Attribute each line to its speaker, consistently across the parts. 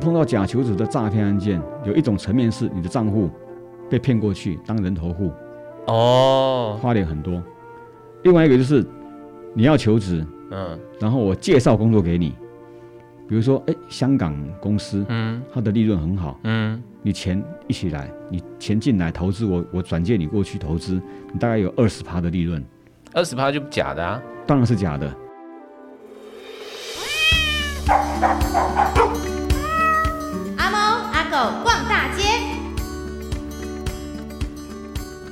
Speaker 1: 碰到假求职的诈骗案件，有一种层面是你的账户被骗过去当人头户，
Speaker 2: 哦，
Speaker 1: 花脸很多；另外一个就是你要求职，
Speaker 2: 嗯
Speaker 1: 然后我介绍工作给你，比如说，哎，香港公司
Speaker 2: 嗯
Speaker 1: 它的利润很好，
Speaker 2: 嗯，
Speaker 1: 你钱一起来，你钱进来投资我，我转借你过去投资，你大概有二十趴的利润，
Speaker 2: 二十趴就假的啊，
Speaker 1: 当然是假的。
Speaker 3: 阿猫阿狗逛大街。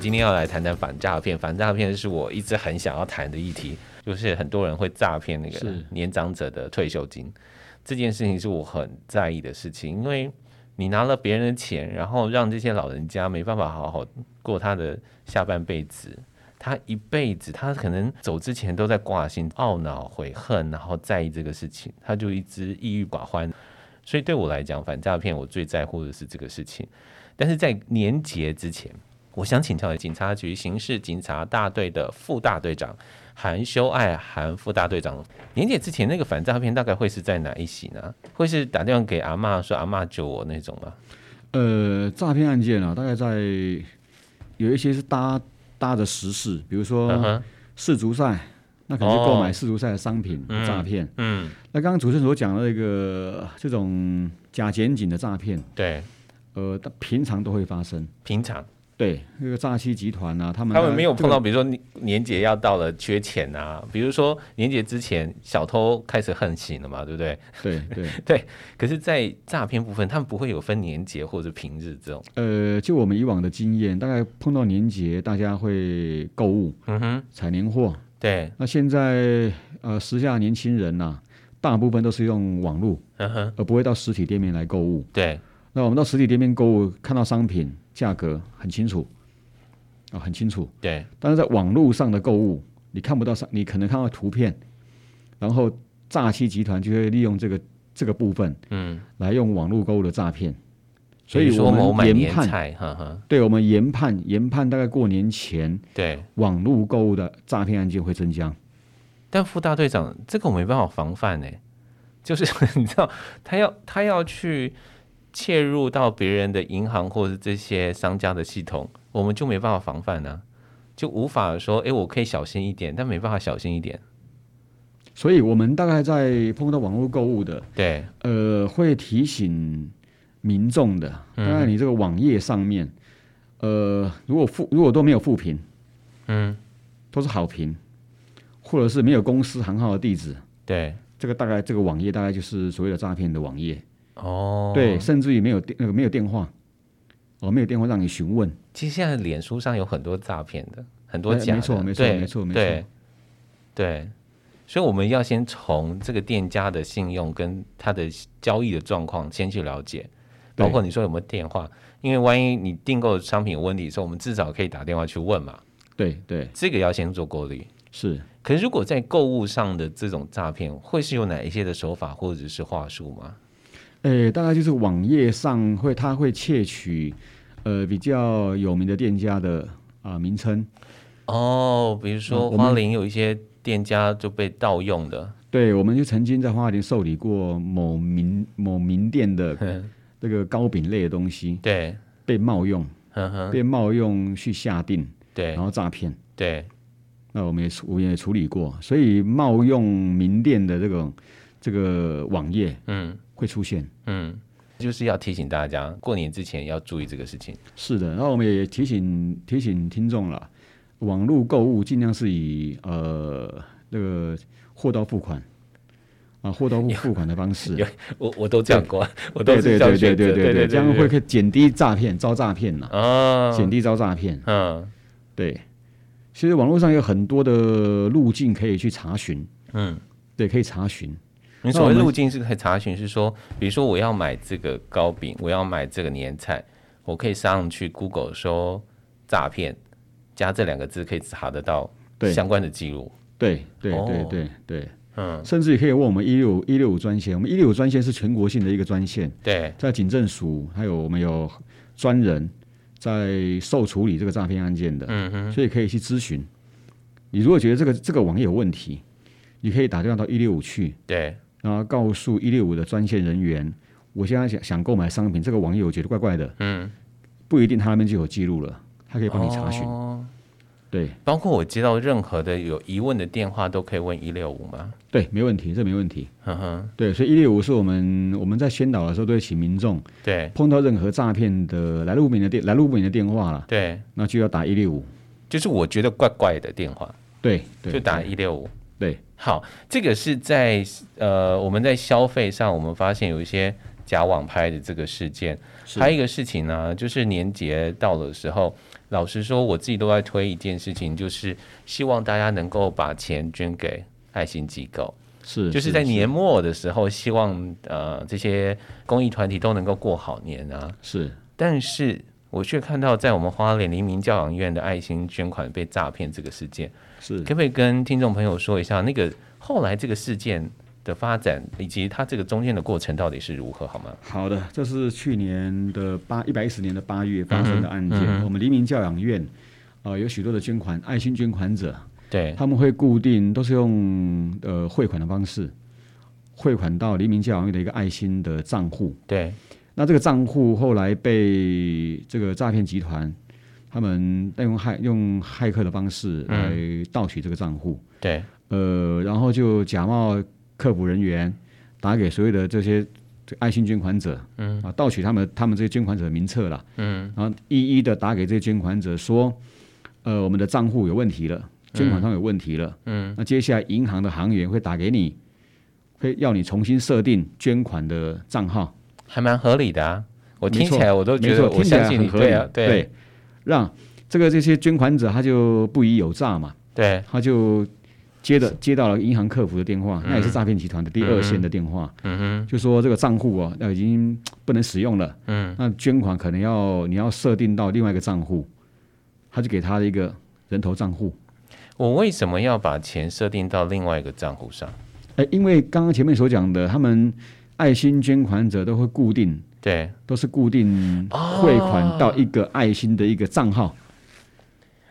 Speaker 2: 今天要来谈谈反诈骗，反诈骗是我一直很想要谈的议题，就是很多人会诈骗那个
Speaker 4: 是
Speaker 2: 年长者的退休金，这件事情是我很在意的事情，因为你拿了别人的钱，然后让这些老人家没办法好好过他的下半辈子。他一辈子，他可能走之前都在挂心、哦懊恼、悔恨，然后在意这个事情，他就一直抑郁寡欢。所以对我来讲，反诈骗我最在乎的是这个事情。但是在年节之前，我想请教警察局刑事警察大队的副大队长韩修爱韩副大队长，年节之前那个反诈骗大概会是在哪一起呢？会是打电话给阿嬷说阿嬷救我那种吗？
Speaker 1: 呃，诈骗案件啊，大概在有一些是搭搭着时事，比如
Speaker 2: 嗯
Speaker 1: 说
Speaker 2: 哼，
Speaker 1: 世足赛，那可能就购
Speaker 2: 哦
Speaker 1: 买世足赛的商品
Speaker 2: 嗯
Speaker 1: 诈骗。
Speaker 2: 嗯，
Speaker 1: 那刚刚主持人所讲的那个这种假检警的诈骗，
Speaker 2: 对，
Speaker 1: 呃，它平常都会发生。
Speaker 2: 平常
Speaker 1: 对，那个诈欺集团啊，他们
Speaker 2: 他们没有
Speaker 1: 这
Speaker 2: 碰
Speaker 1: 个
Speaker 2: 到，比如说年年节要到了缺钱啊，比如说年节之前小偷开始横行了嘛，对不对？
Speaker 1: 对对，
Speaker 2: 可是，在诈骗部分，他们不会有分年节或者平日这种。
Speaker 1: 呃，就我们以往的经验，大概碰到年节，大家会购物、
Speaker 2: 嗯哼，
Speaker 1: 采年货。
Speaker 2: 对，
Speaker 1: 那现在呃，时下年轻人呐、大部分都是用网络，
Speaker 2: 嗯哼，
Speaker 1: 而不会到实体店面来购物。
Speaker 2: 对，
Speaker 1: 那我们到实体店面购物，看到商品价格很清楚，啊、很清楚。
Speaker 2: 对，
Speaker 1: 但是在网络上的购物，你看不到商，你可能看到图片，然后诈欺集团就会利用这个这个部分
Speaker 2: 嗯，
Speaker 1: 来用网络购物的诈骗。所
Speaker 2: 比
Speaker 1: 以
Speaker 2: 如说
Speaker 1: 我
Speaker 2: 某
Speaker 1: 们
Speaker 2: 买
Speaker 1: 研
Speaker 2: 年
Speaker 1: 判，
Speaker 2: 菜，哈哈，
Speaker 1: 对我们研判研判，大概过年前
Speaker 2: 对。
Speaker 1: 网络购物的诈骗案件会增加。
Speaker 2: 但副大队长，这个我没办法防范哎、就是 你知道，他要他要去切入到别人的银行或者这些商家的系统，我们就没办法防范呢、就无法说，哎、我可以小心一点，但没办法小心一点。
Speaker 1: 所以我们大概在碰到网络购物的，
Speaker 2: 对，
Speaker 1: 呃，会提醒民众的。
Speaker 2: 嗯
Speaker 1: 当然，你这个网页上面，呃，如果负如果都没有负评，
Speaker 2: 嗯，
Speaker 1: 都是好评，或者是没有公司行号的地址，
Speaker 2: 对，
Speaker 1: 这个大概这个网页大概就是所谓的诈骗的网页。
Speaker 2: 哦，
Speaker 1: 对，。甚至于没有电那个没有电话，哦，没有电话让你询问。
Speaker 2: 其实现在脸书上有很多诈骗的，很多
Speaker 1: 哎
Speaker 2: 假的，
Speaker 1: 没错没错
Speaker 2: 对
Speaker 1: 没错没
Speaker 2: 对，对，所以我们要先从这个店家的信用跟他的交易的状况先去了解，
Speaker 1: 对
Speaker 2: 包括你说有没有电话，因为万一你订购商品有问题的时候，我们至少可以打电话去问嘛，
Speaker 1: 对对，
Speaker 2: 这个要先做过滤。
Speaker 1: 是。
Speaker 2: 可是如果在购物上的这种诈骗，会是有哪一些的手法或者是话术吗？
Speaker 1: 诶，大概就是网页上会，它会窃取，呃，比较有名的店家的啊、名称，
Speaker 2: 哦，比如说
Speaker 1: 嗯我们
Speaker 2: 花林有一些店家就被盗用的，
Speaker 1: 对，我们就曾经在花莲受理过某名某名店的这个糕饼类的东西
Speaker 2: 对，
Speaker 1: 被冒用，
Speaker 2: 呵呵，
Speaker 1: 被冒用去下定，
Speaker 2: 对
Speaker 1: 然后诈骗。
Speaker 2: 对。
Speaker 1: 那我们也处我们也处理过，所以冒用名店的这种这个网页
Speaker 2: 嗯
Speaker 1: 会出现。
Speaker 2: 嗯，就是要提醒大家，过年之前要注意这个事情。
Speaker 1: 是的，然后我们也提醒提醒听众了，网络购物尽量是以呃那个货到付款啊，货到付付款的方式。
Speaker 2: 我我都讲过， 我都
Speaker 1: 对
Speaker 2: 是
Speaker 1: 对
Speaker 2: 这样
Speaker 1: 对对
Speaker 2: 选择
Speaker 1: 对
Speaker 2: 对
Speaker 1: 对这样会 可以减低诈骗、招诈骗呐、
Speaker 2: 啊，
Speaker 1: 减低招诈骗。
Speaker 2: 嗯
Speaker 1: 对，其实网络上有很多的路径可以去查询，
Speaker 2: 嗯。
Speaker 1: 对，可以查询。
Speaker 2: 你所谓
Speaker 1: 那我们
Speaker 2: 路径是可以查询，是说，比如说我要买这个糕饼，我要买这个年菜，我可以上去 Google 说诈骗，加这两个字可以查得到
Speaker 1: 对
Speaker 2: 相关的记录。
Speaker 1: 对对对
Speaker 2: 哦
Speaker 1: 对对，
Speaker 2: 嗯，
Speaker 1: 甚至也可以问我们一六一六五专线，我们一六五专线是全国性的一个专线，
Speaker 2: 对，
Speaker 1: 在警政署还有我们有专人在受处理这个诈骗案件的，
Speaker 2: 嗯哼，
Speaker 1: 所以可以去咨询。你如果觉得这个这个网页有问题，你可以打电话到一六五去，
Speaker 2: 对，
Speaker 1: 然后告诉一六五的专线人员，我现在想想购买商品，这个网页我觉得怪怪的，嗯，不一定他那边就有记录了，他可以帮你查询。
Speaker 2: 哦
Speaker 1: 对
Speaker 2: 包括我接到任何的有疑问的电话，都可以问一六五吗？
Speaker 1: 对，没问题，这没问题。
Speaker 2: 哼哼，
Speaker 1: 对，所以一六五是我们我们在宣导的时候都会请民众
Speaker 2: 对
Speaker 1: 碰到任何诈骗的来路不明的电来路不明的电话了，
Speaker 2: 对，
Speaker 1: 那就要打一六五。
Speaker 2: 就是我觉得怪怪的电话，
Speaker 1: 对，对
Speaker 2: 就打一六五。
Speaker 1: 对
Speaker 2: 好，这个是在呃我们在消费上，我们发现有一些假网拍的这个事件。
Speaker 1: 是
Speaker 2: 还有一个事情呢、就是年节到的时候，老实说，我自己都在推一件事情，就是希望大家能够把钱捐给爱心机构。
Speaker 1: 是，
Speaker 2: 就是在年末的时候，希望呃这些公益团体都能够过好年啊。
Speaker 1: 是
Speaker 2: 但是我却看到在我们花莲黎明教养院的爱心捐款被诈骗这个事件，
Speaker 1: 是
Speaker 2: 可不可以跟听众朋友说一下那个后来这个事件的发展，以及它这个中间的过程到底是如何，好吗？
Speaker 1: 好的，这是去年的八一百一十年的八月发生的案件。
Speaker 2: 嗯哼嗯哼
Speaker 1: 我们黎明教养院，呃，有许多的捐款爱心捐款者，
Speaker 2: 对，
Speaker 1: 他们会固定都是用呃汇款的方式，汇款到黎明教养院的一个爱心的账户。
Speaker 2: 对，
Speaker 1: 那这个账户后来被这个诈骗集团，他们在用骇用骇客的方式来
Speaker 2: 嗯
Speaker 1: 盗取这个账户，
Speaker 2: 对，
Speaker 1: 呃，然后就假冒客服人员打给所有的这些爱心捐款者，嗯，啊，盗取他们他们这些捐款者的名册啦，嗯，然后一一的打给这些捐款者说，呃，我们的账户有问题了，捐款上有问题了，嗯，那接下来银行的行员会打给你，会要你重新设定捐款的账号，
Speaker 2: 还蛮合理的啊。我听
Speaker 1: 没错
Speaker 2: 起来我都觉
Speaker 1: 没
Speaker 2: 得
Speaker 1: 错，
Speaker 2: 我
Speaker 1: 听起来
Speaker 2: 相信
Speaker 1: 很
Speaker 2: 你，
Speaker 1: 合理
Speaker 2: 对啊，对
Speaker 1: 让这个这些捐款者他就不疑有诈嘛，
Speaker 2: 对，
Speaker 1: 他就接的接到了银行客服的电话，那也是诈骗集团的第二线的电话，
Speaker 2: 嗯
Speaker 1: 就说这个账户啊，那已经不能使用了，
Speaker 2: 嗯，
Speaker 1: 那捐款可能要你要设定到另外一个账户，他就给他的一个人头账户，
Speaker 2: 哼，我为什么要把钱设定到另外一个账户上？
Speaker 1: 哎，因为刚刚前面所讲的，他们爱心捐款者都会固定。
Speaker 2: 对，
Speaker 1: 都是固定汇款到一个爱心的一个账号，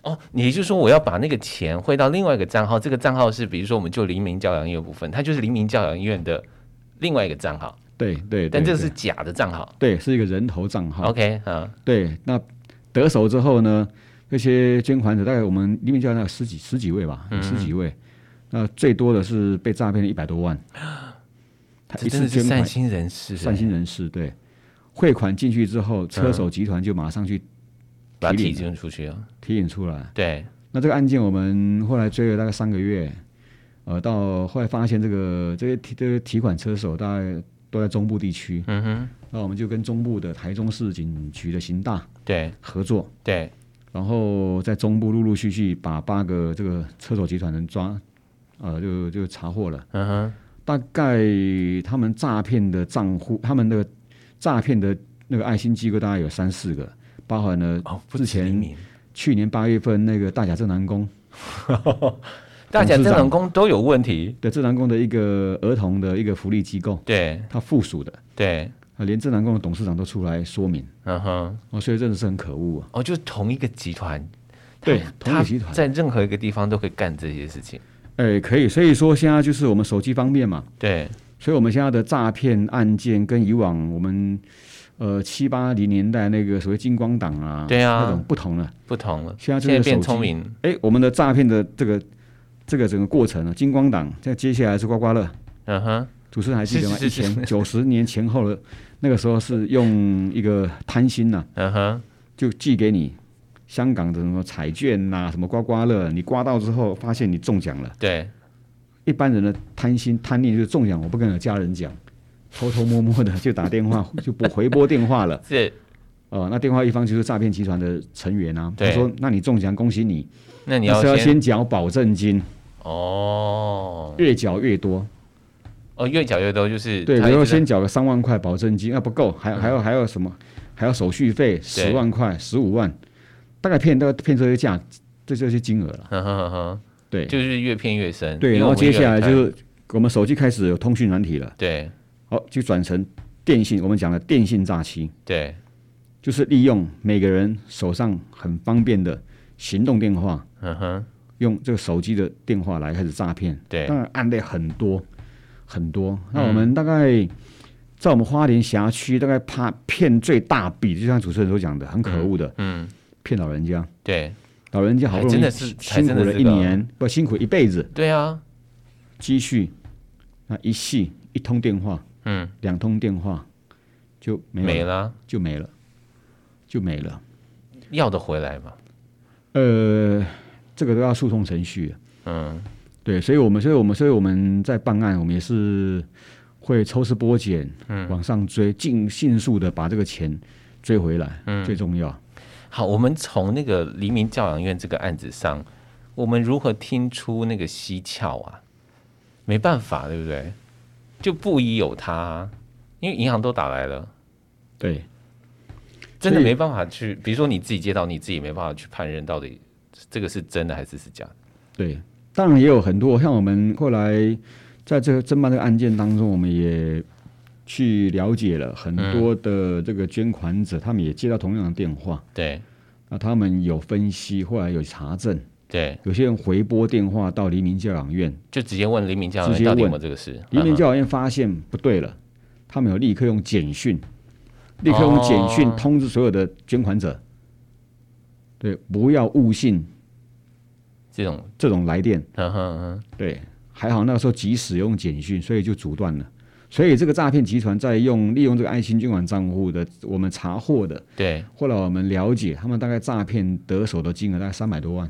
Speaker 2: 哦，也就是说，我要把那个钱汇到另外一个账号，这个账号是，比如说，我们就黎明教养院部分，它就是黎明教养院的另外一个账号，
Speaker 1: 对对对，
Speaker 2: 但这
Speaker 1: 对
Speaker 2: 是假的账号。
Speaker 1: 对，是一个人头账号。
Speaker 2: OK，啊，
Speaker 1: 对，那得手之后呢，这些捐款者大概我们里面就有那十几十几位吧，
Speaker 2: 嗯
Speaker 1: 有十几位。那最多的是被诈骗了一百多万，他
Speaker 2: 这
Speaker 1: 一
Speaker 2: 真
Speaker 1: 次
Speaker 2: 的
Speaker 1: 捐
Speaker 2: 是
Speaker 1: 款
Speaker 2: 善心人士，
Speaker 1: 善心人士对，汇款进去之后，车手集团就马上去
Speaker 2: 把它
Speaker 1: 提
Speaker 2: 提
Speaker 1: 领
Speaker 2: 捐出去啊。
Speaker 1: 提引出来。
Speaker 2: 对，
Speaker 1: 那这个案件我们后来追了大概三个月，呃，到后来发现这个这些提这些提款车手大概都在中部地区，
Speaker 2: 嗯哼，
Speaker 1: 那我们就跟中部的台中市警局的刑大
Speaker 2: 对
Speaker 1: 合作，
Speaker 2: 对，
Speaker 1: 然后在中部陆陆续续把八个这个车手集团人抓，呃，就就查获了。
Speaker 2: 嗯哼，
Speaker 1: 大概他们诈骗的账户，他们那个诈骗的那个爱心机构大概有三四个，包含了
Speaker 2: 哦，不
Speaker 1: 之
Speaker 2: 止黎
Speaker 1: 前
Speaker 2: 明，
Speaker 1: 去年八月份那个大甲正南宫
Speaker 2: 大甲
Speaker 1: 董事
Speaker 2: 正
Speaker 1: 长
Speaker 2: 南宫都有问题。
Speaker 1: 的正南宫的一个儿童的一个福利机构，
Speaker 2: 对
Speaker 1: 它附属的，
Speaker 2: 对，
Speaker 1: 啊连正南宫的董事长都出来说明，
Speaker 2: 嗯哼，
Speaker 1: 哦，所以真的是很可恶啊。
Speaker 2: 哦，就是同一个集团，
Speaker 1: 对，同一
Speaker 2: 他
Speaker 1: 个集团，
Speaker 2: 在任何一个地方都可以干这些事情。
Speaker 1: 哎，可以，所以说现在就是我们手机方面嘛，
Speaker 2: 对，
Speaker 1: 所以我们现在的诈骗案件跟以往我们呃七八零年代那个所谓金光党啊，
Speaker 2: 对啊
Speaker 1: 那种不同了。
Speaker 2: 不同了，
Speaker 1: 现在这
Speaker 2: 现在
Speaker 1: 个
Speaker 2: 变
Speaker 1: 手机
Speaker 2: 聪明。
Speaker 1: 哎，我们的诈骗的这个这个整个过程啊，金光党，再接下来是刮刮乐。
Speaker 2: 嗯哼，
Speaker 1: 主持人还记得吗？
Speaker 2: 是是是
Speaker 1: 以前九十年前后的那个时候是用一个贪心呐、
Speaker 2: 嗯哼，
Speaker 1: 就寄给你香港的什么彩券呐、什么刮刮乐，你刮到之后发现你中奖了。
Speaker 2: 对，
Speaker 1: 一般人的贪心贪念就是中奖，我不跟我家人讲，偷偷摸摸的就打电话就不回拨电话了。
Speaker 2: 这
Speaker 1: 哦，那电话一方就是诈骗集团的成员啊。他
Speaker 2: 对
Speaker 1: 说：“那你中奖，恭喜你，
Speaker 2: 那你
Speaker 1: 但
Speaker 2: 要
Speaker 1: 是要
Speaker 2: 先
Speaker 1: 先缴保证金，
Speaker 2: 哦
Speaker 1: 越缴越多。
Speaker 2: 哦，越缴越多，就是嗯
Speaker 1: 对，
Speaker 2: 他
Speaker 1: 比如
Speaker 2: 一
Speaker 1: 说
Speaker 2: 直在
Speaker 1: 先缴个三万块保证金，啊不够，还还要还要什么？还要手续费十万块、十五万，大概骗到骗这些价，这这些金额了。
Speaker 2: 嗯哼哼哼哼，
Speaker 1: 对
Speaker 2: 就是越骗越深。因
Speaker 1: 对，
Speaker 2: 为
Speaker 1: 然
Speaker 2: 我
Speaker 1: 后
Speaker 2: 们
Speaker 1: 接下来就
Speaker 2: 有看
Speaker 1: 是我们手机开始有通讯软体了，
Speaker 2: 对
Speaker 1: 好，就转成电信，我们讲的电信诈欺。
Speaker 2: 对
Speaker 1: 就是利用每个人手上很方便的行动电话，
Speaker 2: 嗯哼
Speaker 1: 用这个手机的电话来开始诈骗。
Speaker 2: 对嗯
Speaker 1: 当然案例很多很多。那我们大概在我们花莲辖区，大概怕骗最大笔，就像主持人所讲的，很可恶的，
Speaker 2: 嗯，
Speaker 1: 骗老人家，
Speaker 2: 对
Speaker 1: 老人家好不容易
Speaker 2: 还真的是还
Speaker 1: 辛
Speaker 2: 真
Speaker 1: 苦
Speaker 2: 的
Speaker 1: 了
Speaker 2: 是
Speaker 1: 一
Speaker 2: 个
Speaker 1: 年，不辛苦一辈子，
Speaker 2: 对啊，
Speaker 1: 积蓄，那一系一通电话，
Speaker 2: 嗯，
Speaker 1: 两通电话就没有
Speaker 2: 没
Speaker 1: 了，
Speaker 2: 啦，
Speaker 1: 就没了，就没了。
Speaker 2: 要得回来嘛，
Speaker 1: 呃，这个都要诉讼程序。啊
Speaker 2: 嗯
Speaker 1: 对，所以我们，所以我们，所以我们在办案，我们也是会抽丝剥茧，嗯，往上追，尽迅速的把这个钱追回来，嗯，最重要。
Speaker 2: 好，我们从那个黎明教养院这个案子上，我们如何听出那个蹊跷啊？没办法，对不对？就不疑有他、啊，因为银行都打来了，
Speaker 1: 对，所
Speaker 2: 真的
Speaker 1: 以
Speaker 2: 没办法去。比如说你自己接到，你自己没办法去判认到底这个是真的还是是假的。
Speaker 1: 对，当然也有很多，像我们后来在这个侦办这个案件当中，我们也去了解了很多的这个捐款者，他们也接到同样的电话，
Speaker 2: 对
Speaker 1: 那他们有分析，后来有查证，
Speaker 2: 对，
Speaker 1: 有些人回拨电话到黎明教养院，
Speaker 2: 就直接问黎明教养
Speaker 1: 直接
Speaker 2: 院到底有
Speaker 1: 问
Speaker 2: 没有这个事。
Speaker 1: 黎明
Speaker 2: 嗯哼
Speaker 1: 教养院发现不对了，他们有立刻用简讯，立刻用简讯
Speaker 2: 哦
Speaker 1: 通知所有的捐款者，对，不要误信
Speaker 2: 这种，
Speaker 1: 这种来电。
Speaker 2: 嗯哼嗯
Speaker 1: 对，还好那个时候及时用简讯，所以就阻断了。所以这个诈骗集团在用利用这个爱心捐款账户的，我们查获的，
Speaker 2: 哼，对，
Speaker 1: 后来我们了解他们大概诈骗得手的金额大概三百多万，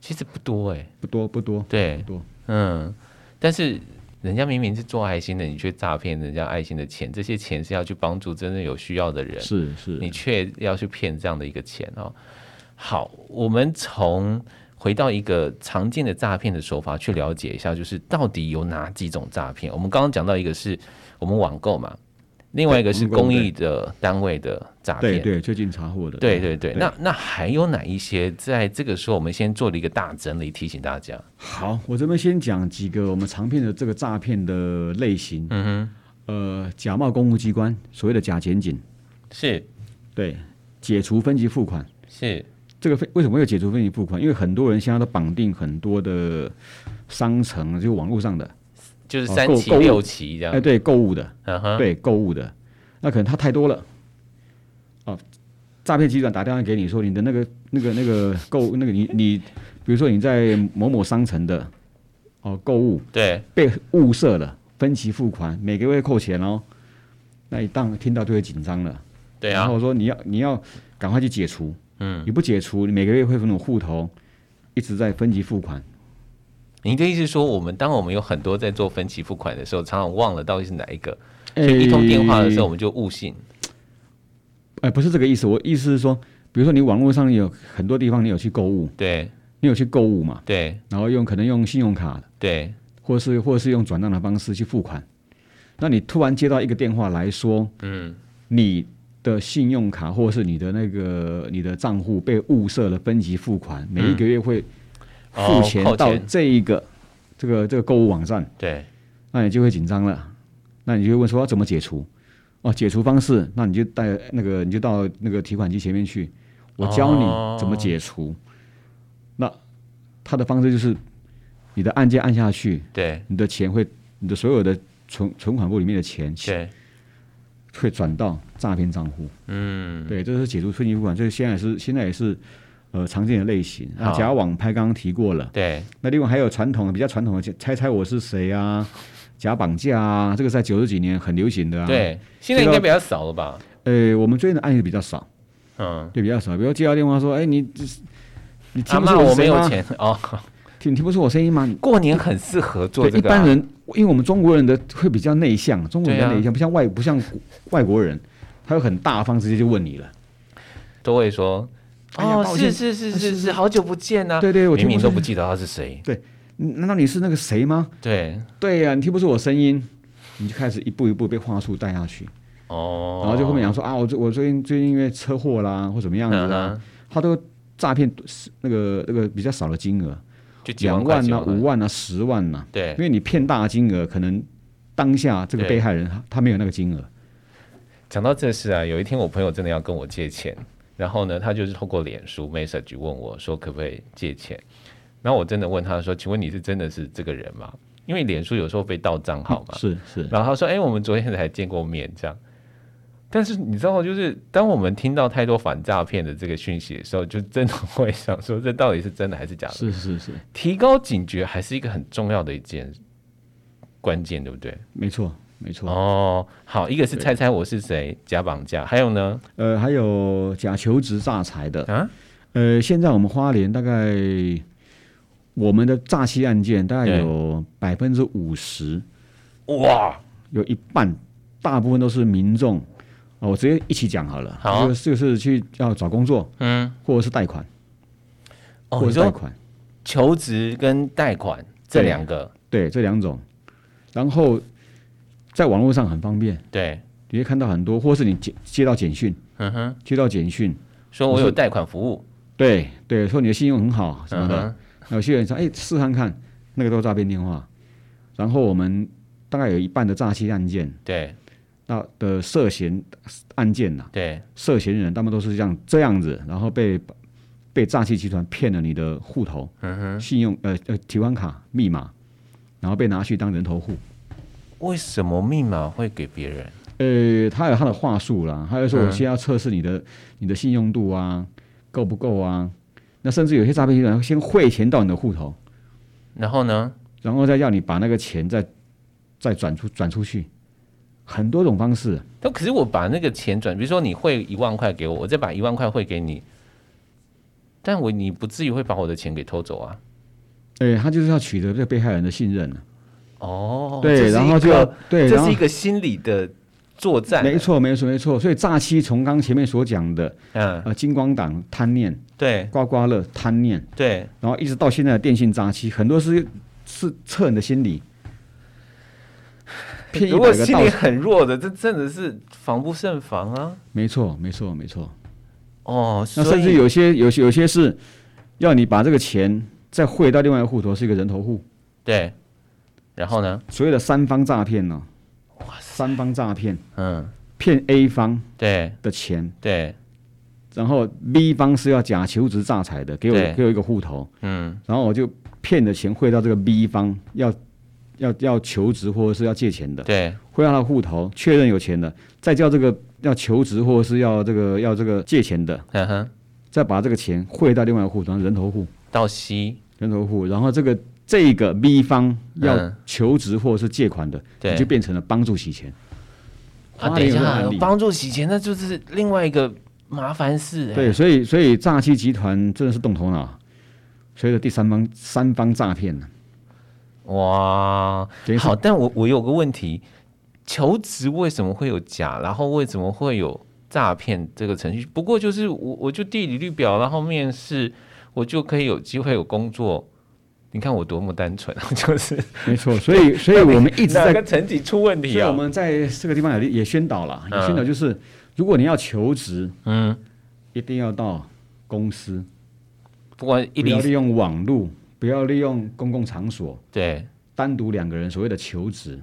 Speaker 2: 其实不多哎、
Speaker 1: 不多不多。
Speaker 2: 对，
Speaker 1: 多
Speaker 2: 嗯，但是人家明明是做爱心的，你却诈骗人家爱心的钱，这些钱是要去帮助真正有需要的人，
Speaker 1: 是是
Speaker 2: 你却要去骗这样的一个钱哦。好，我们从回到一个常见的诈骗的手法去了解一下，就是到底有哪几种诈骗？我们刚刚讲到一个是我们网购嘛，另外一个是
Speaker 1: 对网购
Speaker 2: 公益的单位的诈骗
Speaker 1: 对，对，最近查获的。
Speaker 2: 对对对，那那还有哪一些？在这个时候，我们先做了一个大整理，提醒大家。
Speaker 1: 好，我这边先讲几个我们常见的这个诈骗的类型。嗯哼，呃，假冒公务机关，所谓的假检警，
Speaker 2: 是
Speaker 1: 对，解除分期付款。
Speaker 2: 是，
Speaker 1: 这个分为什么会有解除分期付款？因为很多人现在都绑定很多的商城，就网络上的，
Speaker 2: 就是
Speaker 1: 哦
Speaker 2: 三
Speaker 1: 购
Speaker 2: 期
Speaker 1: 购物
Speaker 2: 六期这
Speaker 1: 哎、
Speaker 2: 样。
Speaker 1: 对，购物的，
Speaker 2: 嗯哼，
Speaker 1: 对，购物的，那可能他太多了，哦，诈骗集团打电话给你说你的那个那个那个购那个你你，比如说你在某某商城的哦购物
Speaker 2: 对
Speaker 1: 被误设了，分期付款，每个月扣钱哦，那一当听到就会紧张了，
Speaker 2: 对
Speaker 1: 然
Speaker 2: 啊
Speaker 1: 后，我说你要你要赶快去解除，
Speaker 2: 嗯，
Speaker 1: 你不解除，你每个月会有那种户头一直在分期付款，
Speaker 2: 您的意思是说，我们当我们有很多在做分期付款的时候，常常忘了到底是哪一个，所以一通电话的时候我们就误信。
Speaker 1: 哎，不是这个意思，我意思是说，比如说你网络上有很多地方你有去购物，
Speaker 2: 对
Speaker 1: 你有去购物嘛，
Speaker 2: 对
Speaker 1: 然后用可能用信用卡，
Speaker 2: 对，
Speaker 1: 或者是或者是用转账的方式去付款，那你突然接到一个电话来说，嗯，你的信用卡或者是你的那个你的账户被误设了分期付款，每一个月会付
Speaker 2: 哦
Speaker 1: 钱
Speaker 2: 扣
Speaker 1: 到
Speaker 2: 钱
Speaker 1: 这一个、这个这个购物网站，
Speaker 2: 对
Speaker 1: 那你就会紧张了，那你就会问说要怎么解除？哦，解除方式，那你就带那个你就到那个提款机前面去，我教
Speaker 2: 哦
Speaker 1: 你怎么解除。那他的方式就是，你的按键按下去，
Speaker 2: 对
Speaker 1: 你的钱会，你的所有的存存款部里面的钱
Speaker 2: 对，
Speaker 1: 会转到诈骗账户。嗯，对，这是解除分期付款，这个现在也是现在也是呃常见的类型。啊，
Speaker 2: 好
Speaker 1: 假网拍刚刚提过了。
Speaker 2: 对
Speaker 1: 那另外还有传统的比较传统的，猜猜我是谁啊，假绑架啊，这个在九十几年很流行的啊。，
Speaker 2: 对，现在应该比较少了吧？
Speaker 1: 呃，我们追的案例比较少，
Speaker 2: 嗯，
Speaker 1: 对比较少。比如接到电话说，哎，你这是你
Speaker 2: 阿
Speaker 1: 听不
Speaker 2: 妈
Speaker 1: 出
Speaker 2: 我
Speaker 1: 声
Speaker 2: 没
Speaker 1: 音
Speaker 2: 有
Speaker 1: 吗？
Speaker 2: 钱 哦，
Speaker 1: 听听不出我声音吗？
Speaker 2: 过年很适合做
Speaker 1: 对，
Speaker 2: 这
Speaker 1: 一
Speaker 2: 个啊。
Speaker 1: 般人，因为我们中国人的会比较内向，中国人比较内向，不像外不像外国人，他有很大方，直接就问你了。
Speaker 2: 都会说，
Speaker 1: 哎呀
Speaker 2: 哦，
Speaker 1: 抱
Speaker 2: 是
Speaker 1: 歉
Speaker 2: 是是是是，好久不见呐。
Speaker 1: 对对我
Speaker 2: 明
Speaker 1: 听
Speaker 2: 明
Speaker 1: 不
Speaker 2: 都
Speaker 1: 出
Speaker 2: 不记得他是谁。
Speaker 1: 嗯难道你是那个谁吗？
Speaker 2: 对，
Speaker 1: 对呀、你听不出我声音，你就开始一步一步被话术带下去，
Speaker 2: 哦，
Speaker 1: 然后就后面讲说啊，我最我最近最近因为车祸啦或怎么样子啊啦，
Speaker 2: 嗯哼
Speaker 1: 他都诈骗那个那个比较少的金额，
Speaker 2: 就几
Speaker 1: 两
Speaker 2: 块
Speaker 1: 万
Speaker 2: 几
Speaker 1: 呐、
Speaker 2: 块
Speaker 1: 五万呐、啊十万呐、
Speaker 2: 对
Speaker 1: 因，为你骗大金额，可能当下这个
Speaker 2: 对
Speaker 1: 被害人他他没有那个金额，
Speaker 2: 讲到这事啊，有一天我朋友真的要跟我借钱，然后呢，他就是透过脸书 message 问我说可不可以借钱，然后我真的问他说，请问你是真的是这个人吗？因为脸书有时候被盗账号嘛，
Speaker 1: 是是，
Speaker 2: 然后他说：“哎、我们昨天才见过面，这样。”但是你知道，就是当我们听到太多反诈骗的这个讯息的时候，就真的会想说，这到底是真的还是假的？
Speaker 1: 是是是，
Speaker 2: 提高警觉还是一个很重要的一件关键，对不对？
Speaker 1: 没错没错。
Speaker 2: 哦，好，一个是
Speaker 1: 对
Speaker 2: 猜猜我是谁，假绑架，还有呢？
Speaker 1: 呃，还有假求职诈财的
Speaker 2: 啊，
Speaker 1: 呃，现在我们花莲大概我们的诈欺案件大概
Speaker 2: 对
Speaker 1: 有百分之五十，
Speaker 2: 哇，
Speaker 1: 有一半，大部分都是民众。哦，我直接一起讲好了，
Speaker 2: 好啊
Speaker 1: 就是就是去要找工作，
Speaker 2: 嗯，
Speaker 1: 或者是贷款，
Speaker 2: 哦，
Speaker 1: 或
Speaker 2: 你
Speaker 1: 者是贷
Speaker 2: 说
Speaker 1: 款，
Speaker 2: 求职跟贷款这
Speaker 1: 对
Speaker 2: 两个，
Speaker 1: 对这两种。然后在网络上很方便，
Speaker 2: 对，
Speaker 1: 你会看到很多，或是你接接到简讯，
Speaker 2: 嗯哼，
Speaker 1: 接到简讯，
Speaker 2: 说我有贷款服务，
Speaker 1: 对对，说你的信用很好什么
Speaker 2: 嗯
Speaker 1: 的，
Speaker 2: 哼，
Speaker 1: 有些人说：“哎，试看看，那个都是诈骗电话。”然后我们大概有一半的诈欺案件，
Speaker 2: 对
Speaker 1: 那的涉嫌案件呐、
Speaker 2: 对，
Speaker 1: 涉嫌人他们都是这样这样子，然后被被诈欺集团骗了你的户头、
Speaker 2: 嗯哼，
Speaker 1: 信用呃呃提款卡密码，然后被拿去当人头户。
Speaker 2: 为什么密码会给别人？
Speaker 1: 呃，他有他的话术啦，他就说
Speaker 2: 嗯
Speaker 1: 我先要测试你的、你的信用度啊，够不够啊？那甚至有些诈骗集团会先汇钱到你的户头，
Speaker 2: 然后呢？
Speaker 1: 然后再要你把那个钱再再转出转出去，很多种方式。
Speaker 2: 但可是我把那个钱转，比如说你汇一万块给我，我再把一万块汇给你，但我你不至于会把我的钱给偷走啊？
Speaker 1: 对，他就是要取得这个被害人的信任啊
Speaker 2: 哦，这
Speaker 1: 对，
Speaker 2: 是
Speaker 1: 然
Speaker 2: 一
Speaker 1: 后就
Speaker 2: 个
Speaker 1: 对，
Speaker 2: 这
Speaker 1: 然后
Speaker 2: 是一个心理的作战，
Speaker 1: 没，错，没错，没错。所以诈欺从刚前面所讲的，
Speaker 2: 嗯，
Speaker 1: 呃，金光党贪念、
Speaker 2: 对
Speaker 1: 刮刮乐贪念，
Speaker 2: 对，
Speaker 1: 然后一直到现在的电信诈欺，很多是是测你的心理，骗一
Speaker 2: 如果
Speaker 1: 百个
Speaker 2: 心
Speaker 1: 到
Speaker 2: 理，很弱的，这真的是防不胜防啊。
Speaker 1: 没错，没错，没错。
Speaker 2: 哦，
Speaker 1: 那
Speaker 2: 所
Speaker 1: 甚至
Speaker 2: 以
Speaker 1: 有些有些有些是要你把这个钱再汇到另外一个户头，是一个人头户。
Speaker 2: 对，然后呢？
Speaker 1: 所谓的三方诈骗呢、哇，三方诈骗，
Speaker 2: 嗯，
Speaker 1: 骗 A 方
Speaker 2: 对
Speaker 1: 的钱，
Speaker 2: 对，
Speaker 1: 然后 B 方是要假求职诈财的，给
Speaker 2: 对
Speaker 1: 我给我一个户头，
Speaker 2: 嗯
Speaker 1: 然后我就骗的钱汇到这个 B 方，要要要求职或者是要借钱的，
Speaker 2: 对，
Speaker 1: 汇到他的户头，确认有钱的，再叫这个要求职或者是要这个要这个借钱的，
Speaker 2: 嗯哼，
Speaker 1: 再把这个钱汇到另外一个户头，人头户，
Speaker 2: 到西，
Speaker 1: 人头户，然后这个。这个 B 方要
Speaker 2: 嗯
Speaker 1: 求职或者是借款的，
Speaker 2: 对
Speaker 1: 你就变成了帮助洗钱。花
Speaker 2: 啊，等
Speaker 1: 莲
Speaker 2: 一
Speaker 1: 有这个
Speaker 2: 下
Speaker 1: 案，例
Speaker 2: 帮助洗钱，那就是另外一个麻烦事、欸。
Speaker 1: 对，，所以所以诈欺集团真的是动头脑，随着第三方三方诈骗呢，
Speaker 2: 哇，
Speaker 1: 等于是
Speaker 2: 好，但我我有个问题，求职为什么会有假？然后为什么会有诈骗这个程序？不过就是我我就地理绿表，然后面试，我就可以有机会有工作。你看我多么单纯， 就是
Speaker 1: 没错，所以所以我们一直
Speaker 2: 哪
Speaker 1: 在，
Speaker 2: 个层级出问
Speaker 1: 所
Speaker 2: 题
Speaker 1: 以我
Speaker 2: 啊？
Speaker 1: 们在这个地方也也宣导了，
Speaker 2: 嗯
Speaker 1: 也宣导就是，如果你要求职，
Speaker 2: 嗯，
Speaker 1: 一定要到公司，
Speaker 2: 不管一
Speaker 1: 不要
Speaker 2: 理
Speaker 1: 利用网络，不要利用公共场所，
Speaker 2: 对
Speaker 1: 单独两个人所谓的求职，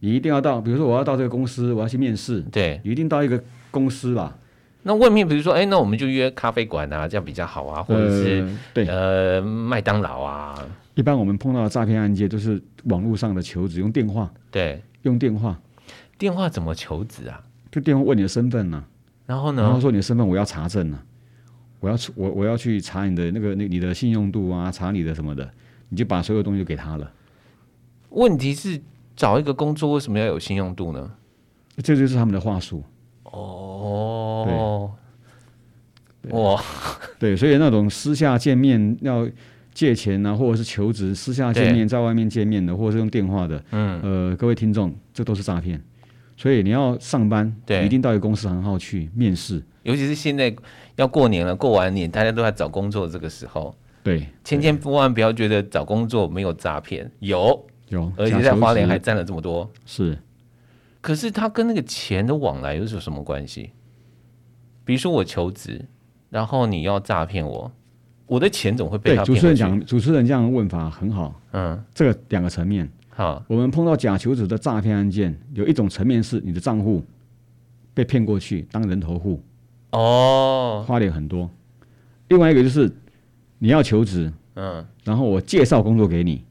Speaker 1: 你一定要到，比如说我要到这个公司，我要去面试，
Speaker 2: 对。
Speaker 1: 你一定到一个公司吧，
Speaker 2: 那外面比如说，哎、那我们就约咖啡馆啊，这样比较好啊，或者是
Speaker 1: 呃、对，
Speaker 2: 呃麦当劳啊，
Speaker 1: 一般我们碰到的诈骗案件都是网络上的求职，用电话，
Speaker 2: 对。
Speaker 1: 用电话。
Speaker 2: 电话怎么求职啊？
Speaker 1: 就电话问你的身份呢、啊
Speaker 2: 然后呢？
Speaker 1: 然后说你的身份我要查证呢、我要出我我要去查你的那个那你的信用度啊，查你的什么的，你就把所有东西都给他了，
Speaker 2: 问题是找一个工作为什么要有信用度呢？
Speaker 1: 这就是他们的话术。
Speaker 2: 哦，哇，
Speaker 1: 对，所以那种私下见面要借钱啊，或者是求职私下见面，在外面见面的，或者是用电话的，嗯，呃，各位听众，这都是诈骗。所以你要上班，
Speaker 2: 对
Speaker 1: 一定到一个公司行号去面试，
Speaker 2: 尤其是现在要过年了，过完年大家都在找工作，这个时候
Speaker 1: 对，
Speaker 2: 千千万不要觉得找工作没有诈骗，有，
Speaker 1: 有，
Speaker 2: 而且
Speaker 1: 假
Speaker 2: 在
Speaker 1: 求
Speaker 2: 花莲
Speaker 1: 职
Speaker 2: 还占了这么多。
Speaker 1: 是
Speaker 2: 可是它跟那个钱的往来又是有什么关系？比如说我求职，然后你要诈骗我，我的钱总会被
Speaker 1: 对
Speaker 2: 他
Speaker 1: 主
Speaker 2: 骗
Speaker 1: 持
Speaker 2: 回
Speaker 1: 人
Speaker 2: 去。
Speaker 1: 讲，主持人这样问法很好，
Speaker 2: 嗯，
Speaker 1: 这个两个层面。
Speaker 2: 好，
Speaker 1: 我们碰到假求职的诈骗案件，有一种层面是你的账户被骗过去当人头户，
Speaker 2: 哦，
Speaker 1: 花脸很多；另外一个就是你要求职，
Speaker 2: 嗯，
Speaker 1: 然后我介绍工作给你，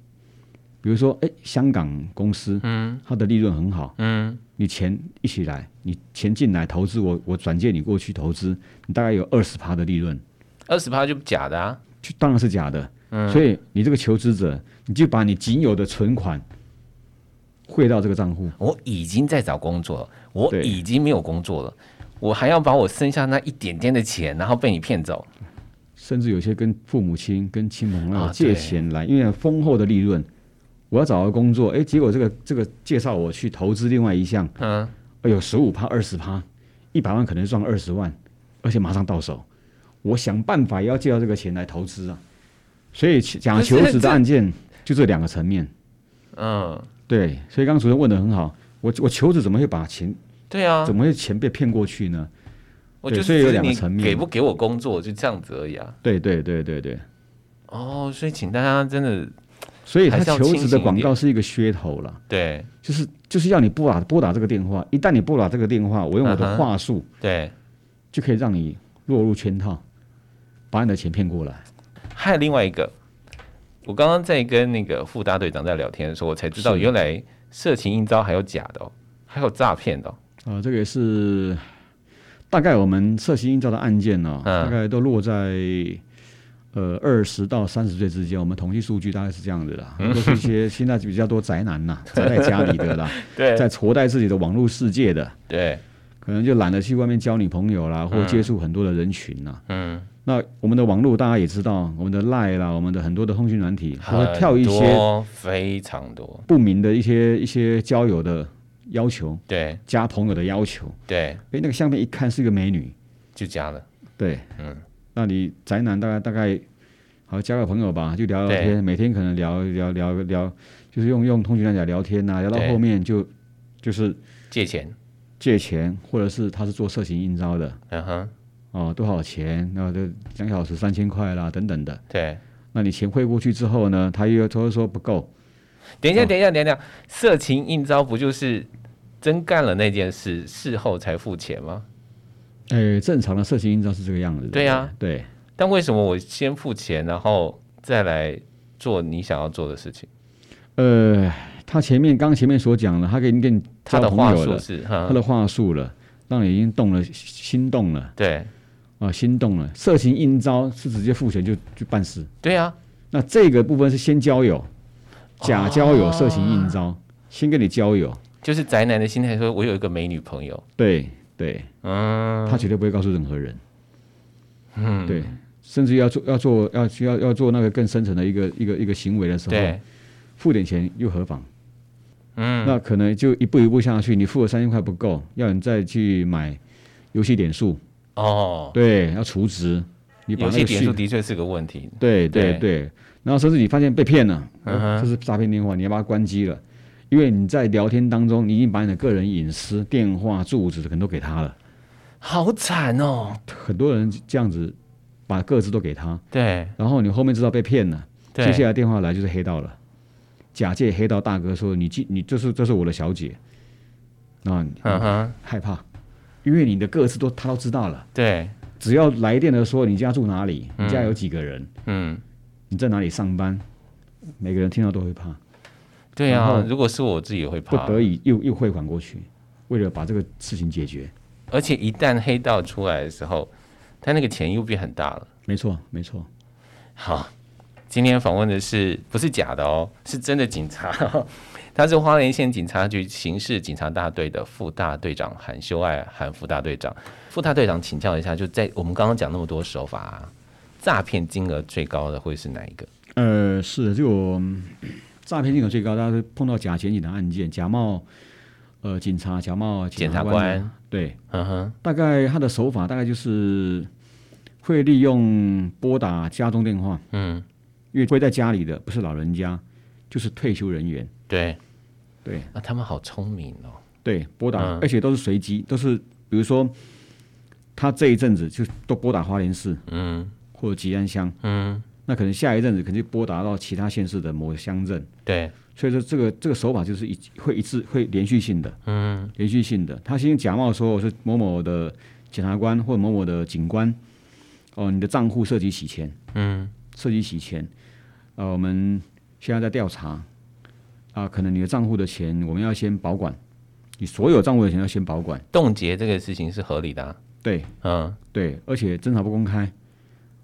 Speaker 1: 比如说，哎，香港公司，
Speaker 2: 嗯
Speaker 1: 它的利润很好，
Speaker 2: 嗯
Speaker 1: 你钱一起来，你钱进来投资我，我转借你过去投资，你大概有二十趴的利润，
Speaker 2: 二十趴就假的啊，
Speaker 1: 就当然是假的。
Speaker 2: 嗯
Speaker 1: 所以你这个求职者，你就把你仅有的存款汇到这个账户，
Speaker 2: 我已经在找工作了，我
Speaker 1: 对
Speaker 2: 已经没有工作了，我还要把我剩下那一点点的钱，然后被你骗走，
Speaker 1: 甚至有些跟父母亲、跟亲朋好
Speaker 2: 啊
Speaker 1: 友借
Speaker 2: 对
Speaker 1: 钱来，因为有丰厚的利润，我要找个工作，哎，结果这个这个介绍我去投资另外一项，
Speaker 2: 嗯，
Speaker 1: 哎呦，十五趴、二十趴，一百万可能赚二十万，而且马上到手，我想办法也要借到这个钱来投资啊。所以其讲
Speaker 2: 可是
Speaker 1: 求职
Speaker 2: 这
Speaker 1: 的案件就这两个层面，
Speaker 2: 嗯，
Speaker 1: 对，所以刚刚主任问的很好，我我求职怎么会把钱
Speaker 2: 对啊
Speaker 1: 怎，么会钱被骗过去呢？
Speaker 2: 我
Speaker 1: 对
Speaker 2: 就
Speaker 1: 所以
Speaker 2: 是
Speaker 1: 有
Speaker 2: 只是
Speaker 1: 两个
Speaker 2: 你
Speaker 1: 层面
Speaker 2: 给不给我工作，就这样子而已啊。
Speaker 1: 对对对对对，
Speaker 2: 哦，所以请大家真的
Speaker 1: 所以
Speaker 2: 还
Speaker 1: 他
Speaker 2: 是要
Speaker 1: 求
Speaker 2: 清
Speaker 1: 职
Speaker 2: 醒
Speaker 1: 的
Speaker 2: 一
Speaker 1: 广
Speaker 2: 点
Speaker 1: 告是一个噱头了。
Speaker 2: 对
Speaker 1: 就是就是要你拨打拨打这个电话，一旦你拨打这个电话，我用我
Speaker 2: 嗯哼
Speaker 1: 的话术、
Speaker 2: 对，
Speaker 1: 就可以让你落入圈套，把你的钱骗过来。
Speaker 2: 还有另外一个，我刚刚在跟那个副大队长在聊天的时候，我才知道
Speaker 1: 是
Speaker 2: 原来色情应招还有假的、哦，还有诈骗的、哦。
Speaker 1: 啊、这个也是大概我们涉嫌应招的案件呢、
Speaker 2: 嗯
Speaker 1: 大概都落在呃二十到三十岁之间。我们统计数据大概是这样子
Speaker 2: 嗯
Speaker 1: 啦， 都是一些现在比较多宅男呐，宅在家里的啦，
Speaker 2: 对
Speaker 1: 在活在自己的网络世界的，
Speaker 2: 对，
Speaker 1: 可能就懒得去外面交女朋友啦，或
Speaker 2: 嗯
Speaker 1: 接触很多的人群呐、
Speaker 2: 嗯，
Speaker 1: 那我们的网络大家也知道，我们的 Line 啦，我们的很多的通讯软体，它
Speaker 2: 很
Speaker 1: 会跳一些
Speaker 2: 多非常多。
Speaker 1: 不明的一些一些交友的要求，
Speaker 2: 对
Speaker 1: 加朋友的要求。
Speaker 2: 对，
Speaker 1: 诶，那个相片一看是一个美女，
Speaker 2: 就加了。
Speaker 1: 对，
Speaker 2: 嗯，
Speaker 1: 那你宅男大概大概好交个朋友吧，就聊聊
Speaker 2: 对
Speaker 1: 天，每天可能聊聊聊聊，就是用用通讯软体聊天啊呐、聊到
Speaker 2: 对
Speaker 1: 后面就就是
Speaker 2: 借钱，
Speaker 1: 借钱，或者是他是做色情应招的
Speaker 2: 嗯哼，
Speaker 1: 哦，多少钱？然后就两小时三千块啦，等等的。
Speaker 2: 对。
Speaker 1: 那你钱汇过去之后呢，他又他又说不够，
Speaker 2: 等一下，
Speaker 1: 哦
Speaker 2: 等一下，等一下，色情应招不就是真干了那件事，事后才付钱吗？
Speaker 1: 呃，正常的色情应招是这个样子的。
Speaker 2: 对啊
Speaker 1: 对，
Speaker 2: 但为什么我先付钱，然后再来做你想要做的事情？
Speaker 1: 呃，他前面刚前面所讲的，他给你给你
Speaker 2: 他
Speaker 1: 交
Speaker 2: 的
Speaker 1: 朋
Speaker 2: 话
Speaker 1: 友
Speaker 2: 术嗯
Speaker 1: 了，
Speaker 2: 是，
Speaker 1: 他
Speaker 2: 哈，
Speaker 1: 的话术了，让你已经动了心动了
Speaker 2: 对
Speaker 1: 啊，心动了。色情应招是直接付钱就就办事，
Speaker 2: 对啊，
Speaker 1: 那这个部分是先交友，假交
Speaker 2: 啊
Speaker 1: 友色情应招，先跟你交友，
Speaker 2: 就是宅男的心态，说我有一个美女朋友，
Speaker 1: 对对，
Speaker 2: 嗯，
Speaker 1: 他绝对不会告诉任何人。嗯，对，甚至要做要做要需要要做那个更深层的一个一个一个行为的时候，
Speaker 2: 对，
Speaker 1: 付点钱又何妨？
Speaker 2: 嗯，
Speaker 1: 那可能就一步一步下去，你付了三千块不够，要你再去买游戏点数，
Speaker 2: 哦，
Speaker 1: 对，要储值，你把
Speaker 2: 游
Speaker 1: 那
Speaker 2: 戏
Speaker 1: 个
Speaker 2: 点数
Speaker 1: 序，
Speaker 2: 的确是个问题，
Speaker 1: 对对
Speaker 2: 对
Speaker 1: 对，然后甚至你发现被骗了，
Speaker 2: 嗯哼
Speaker 1: 这是诈骗电话，你要把它关机了，因为你在聊天当中，你已经把你的个人隐私、电话、住址可能都给他了，
Speaker 2: 好惨哦，
Speaker 1: 很多人这样子把各自都给他，
Speaker 2: 对
Speaker 1: 然后你后面知道被骗了，接下
Speaker 2: 对，
Speaker 1: 来电话来就是黑道了，假借黑道大哥说你进你这是这是我的小姐，啊，你
Speaker 2: 嗯哼，
Speaker 1: 害怕，因为你的各自都他都知道了，
Speaker 2: 对，
Speaker 1: 只要来电的说你家住哪里，你家有几个人，
Speaker 2: 嗯，
Speaker 1: 你在哪里上班，每个人听到都会怕，
Speaker 2: 对
Speaker 1: 然后
Speaker 2: 啊，如果是我自己也会
Speaker 1: 不
Speaker 2: 怕，
Speaker 1: 得已又又汇款过去，为了把这个事情解决。
Speaker 2: 而且一旦黑道出来的时候，他那个钱又变很大了。
Speaker 1: 没错，没错，
Speaker 2: 好，今天访问的是不是假的哦，是真的警察、 他是花莲县警察局刑事警察大队的副大队长韩修爱，韩副大队长。副大队长请教一下，就在我们刚刚讲那么多手法、啊，诈骗金额最高的会是哪一个？
Speaker 1: 呃，是的，就我嗯诈骗金额最高，大家都碰到假前警的案件，假冒呃警察、假冒
Speaker 2: 检
Speaker 1: 检
Speaker 2: 察
Speaker 1: 察
Speaker 2: 官
Speaker 1: 官，对，
Speaker 2: 嗯哼，
Speaker 1: 大概他的手法大概就是会利用拨打家中电话，
Speaker 2: 嗯，
Speaker 1: 因为会在家里的不是老人家，就是退休人员，
Speaker 2: 对，
Speaker 1: 对
Speaker 2: 啊，他们好聪明哦。
Speaker 1: 对，拨打，
Speaker 2: 嗯
Speaker 1: 而且都是随机，都是比如说他这一阵子就都拨打花莲市
Speaker 2: 嗯
Speaker 1: 或者吉安乡，
Speaker 2: 嗯，
Speaker 1: 那可能下一阵子可能就拨打到其他县市的某个乡镇，
Speaker 2: 对，
Speaker 1: 所以说这个这个手法就是一会一致会连续性的，
Speaker 2: 嗯
Speaker 1: 连续性的。他先假冒说我是某某的检察官或某某的警官，哦，你的账户涉及洗钱，啊
Speaker 2: 嗯
Speaker 1: 涉及洗钱，呃，我们现在在调查，啊，可能你的账户的钱我们要先保管，你所有账户的钱要先保管，
Speaker 2: 冻结这个事情是合理的、啊，
Speaker 1: 对
Speaker 2: 嗯，
Speaker 1: 对，而且侦查不公开，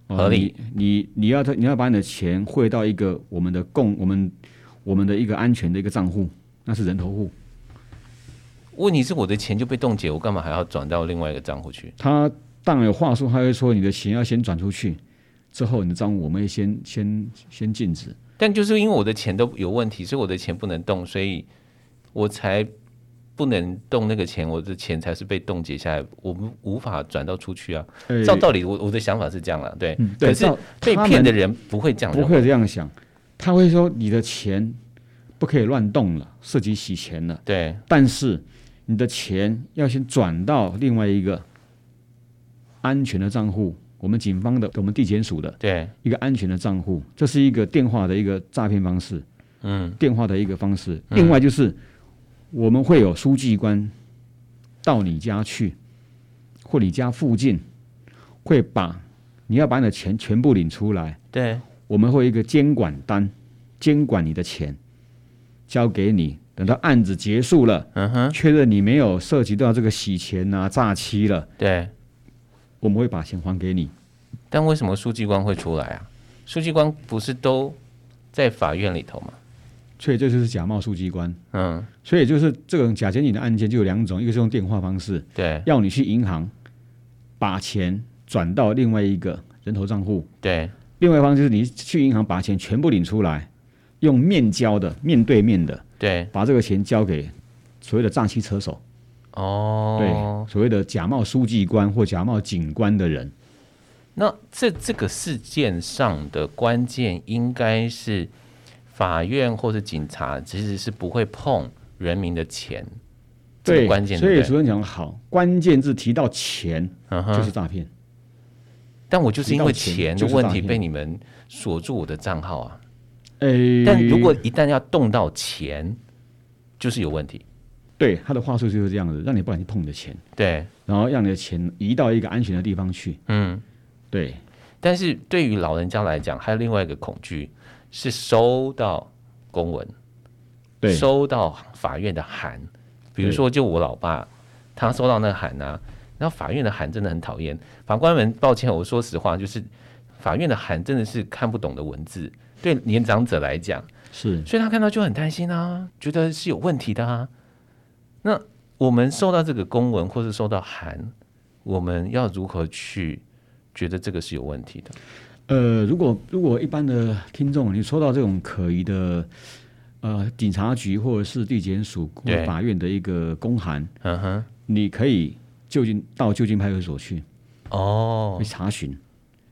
Speaker 1: 哦
Speaker 2: 合理。
Speaker 1: 你你你要你要把你的钱汇到一个我们的共我们我们的一个安全的一个账户，那是人头户，
Speaker 2: 问题是我的钱就被冻结，我干嘛还要转到另外一个账户去？
Speaker 1: 他当然有话术，他会说你的钱要先转出去，之后你的账户我们会先先先禁止。
Speaker 2: 但就是因为我的钱都有问题，所以我的钱不能动，所以我才不能动那个钱，我的钱才是被冻结下来，我们无法转到出去啊。
Speaker 1: 哎
Speaker 2: 照道理，我我的想法是这样啦，对。
Speaker 1: 嗯对
Speaker 2: 可是
Speaker 1: 照
Speaker 2: 被
Speaker 1: 他
Speaker 2: 骗
Speaker 1: 们
Speaker 2: 的人不会这样
Speaker 1: 不
Speaker 2: 认为，
Speaker 1: 会这样想，他会说你的钱不可以乱动了，涉及洗钱了，
Speaker 2: 对，
Speaker 1: 但是你的钱要先转到另外一个安全的账户，我们警方的、我们地检署的
Speaker 2: 对，
Speaker 1: 一个安全的账户，这是一个电话的一个诈骗方式，
Speaker 2: 嗯，
Speaker 1: 电话的一个方式。另外就是我们会有书记官到你家去，或你家附近，会把你要把你的钱全部领出来。
Speaker 2: 对，
Speaker 1: 我们会有一个监管单，监管你的钱，交给你。等到案子结束了，
Speaker 2: 嗯哼，
Speaker 1: 确认你没有涉及到这个洗钱啊、诈欺了，
Speaker 2: 对。
Speaker 1: 我们会把钱还给你。
Speaker 2: 但为什么书记官会出来啊？书记官不是都在法院里头吗？
Speaker 1: 所以这就是假冒书记官。
Speaker 2: 嗯，
Speaker 1: 所以就是这种假监警的案件就有两种，一个是用电话方式，
Speaker 2: 对
Speaker 1: 要你去银行把钱转到另外一个人头账户；
Speaker 2: 对，
Speaker 1: 另外一方就是你去银行把钱全部领出来，用面交的、面对面的
Speaker 2: 对，
Speaker 1: 把这个钱交给所谓的诈欺车手。
Speaker 2: 哦
Speaker 1: 对，，所谓的假冒书记官或假冒警官的人，
Speaker 2: 那这这个事件上的关键应该是法院或是警察其实是不会碰人民的钱，这个关键
Speaker 1: 所
Speaker 2: 对
Speaker 1: 以
Speaker 2: 不对？
Speaker 1: 主任讲得好，关键字提到钱
Speaker 2: 嗯
Speaker 1: 就
Speaker 2: 哼，
Speaker 1: 是诈骗，
Speaker 2: 但我就是因为
Speaker 1: 提到钱
Speaker 2: 钱的
Speaker 1: 就是
Speaker 2: 问
Speaker 1: 诈
Speaker 2: 题
Speaker 1: 骗
Speaker 2: 被你们锁住我的账号啊。
Speaker 1: 诶、
Speaker 2: 但如果一旦要动到钱，就是有问题。
Speaker 1: 对他的话术就是这样子，让你不敢去碰你的钱，
Speaker 2: 对，
Speaker 1: 然后让你的钱移到一个安全的地方去，
Speaker 2: 嗯，
Speaker 1: 对，
Speaker 2: 但是对于老人家来讲，还有另外一个恐惧是收到公文，
Speaker 1: 对，
Speaker 2: 收到法院的函。比如
Speaker 1: 对
Speaker 2: 说，就我老爸，他收到那个函啊，然后法院的函真的很讨厌。法官们，抱歉，我说实话，就是法院的函真的是看不懂的文字，对年长者来讲，
Speaker 1: 嗯是
Speaker 2: 所以他看到就很担心啊，觉得是有问题的啊。那我们收到这个公文或是收到函，我们要如何去觉得这个是有问题的？
Speaker 1: 呃，如果如果一般的听众，你收到这种可疑的，呃，警察局或者是地检署或
Speaker 2: 对
Speaker 1: 法院的一个公函，
Speaker 2: 嗯哼，
Speaker 1: 你可以就近到就近派出所去，
Speaker 2: 哦
Speaker 1: 去，查询。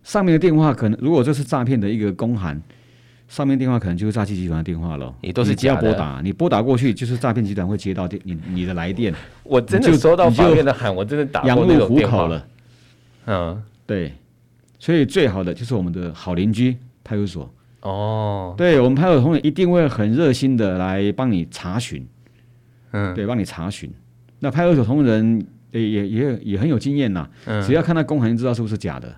Speaker 1: 上面的电话可能，如果这是诈骗的一个公函，上面电话可能就是诈欺集团的电话了。
Speaker 2: 也都是
Speaker 1: 你只要
Speaker 2: 假的
Speaker 1: 拨打，你拨打过去就是诈骗集团会接到电你你的来电，
Speaker 2: 我真的
Speaker 1: 你就
Speaker 2: 收到
Speaker 1: 你就
Speaker 2: 法院的函，我真的打
Speaker 1: 羊
Speaker 2: 过那
Speaker 1: 入
Speaker 2: 种
Speaker 1: 虎
Speaker 2: 电话
Speaker 1: 口。了。
Speaker 2: 嗯，
Speaker 1: 对，所以最好的就是我们的好邻居派出所，
Speaker 2: 哦，
Speaker 1: 对我们派出所同仁一定会很热心的来帮你查询，
Speaker 2: 嗯，
Speaker 1: 对，帮你查询。那派出所同仁也也也也很有经验呐，只
Speaker 2: 嗯，
Speaker 1: 要看到公函就知道是不是假的，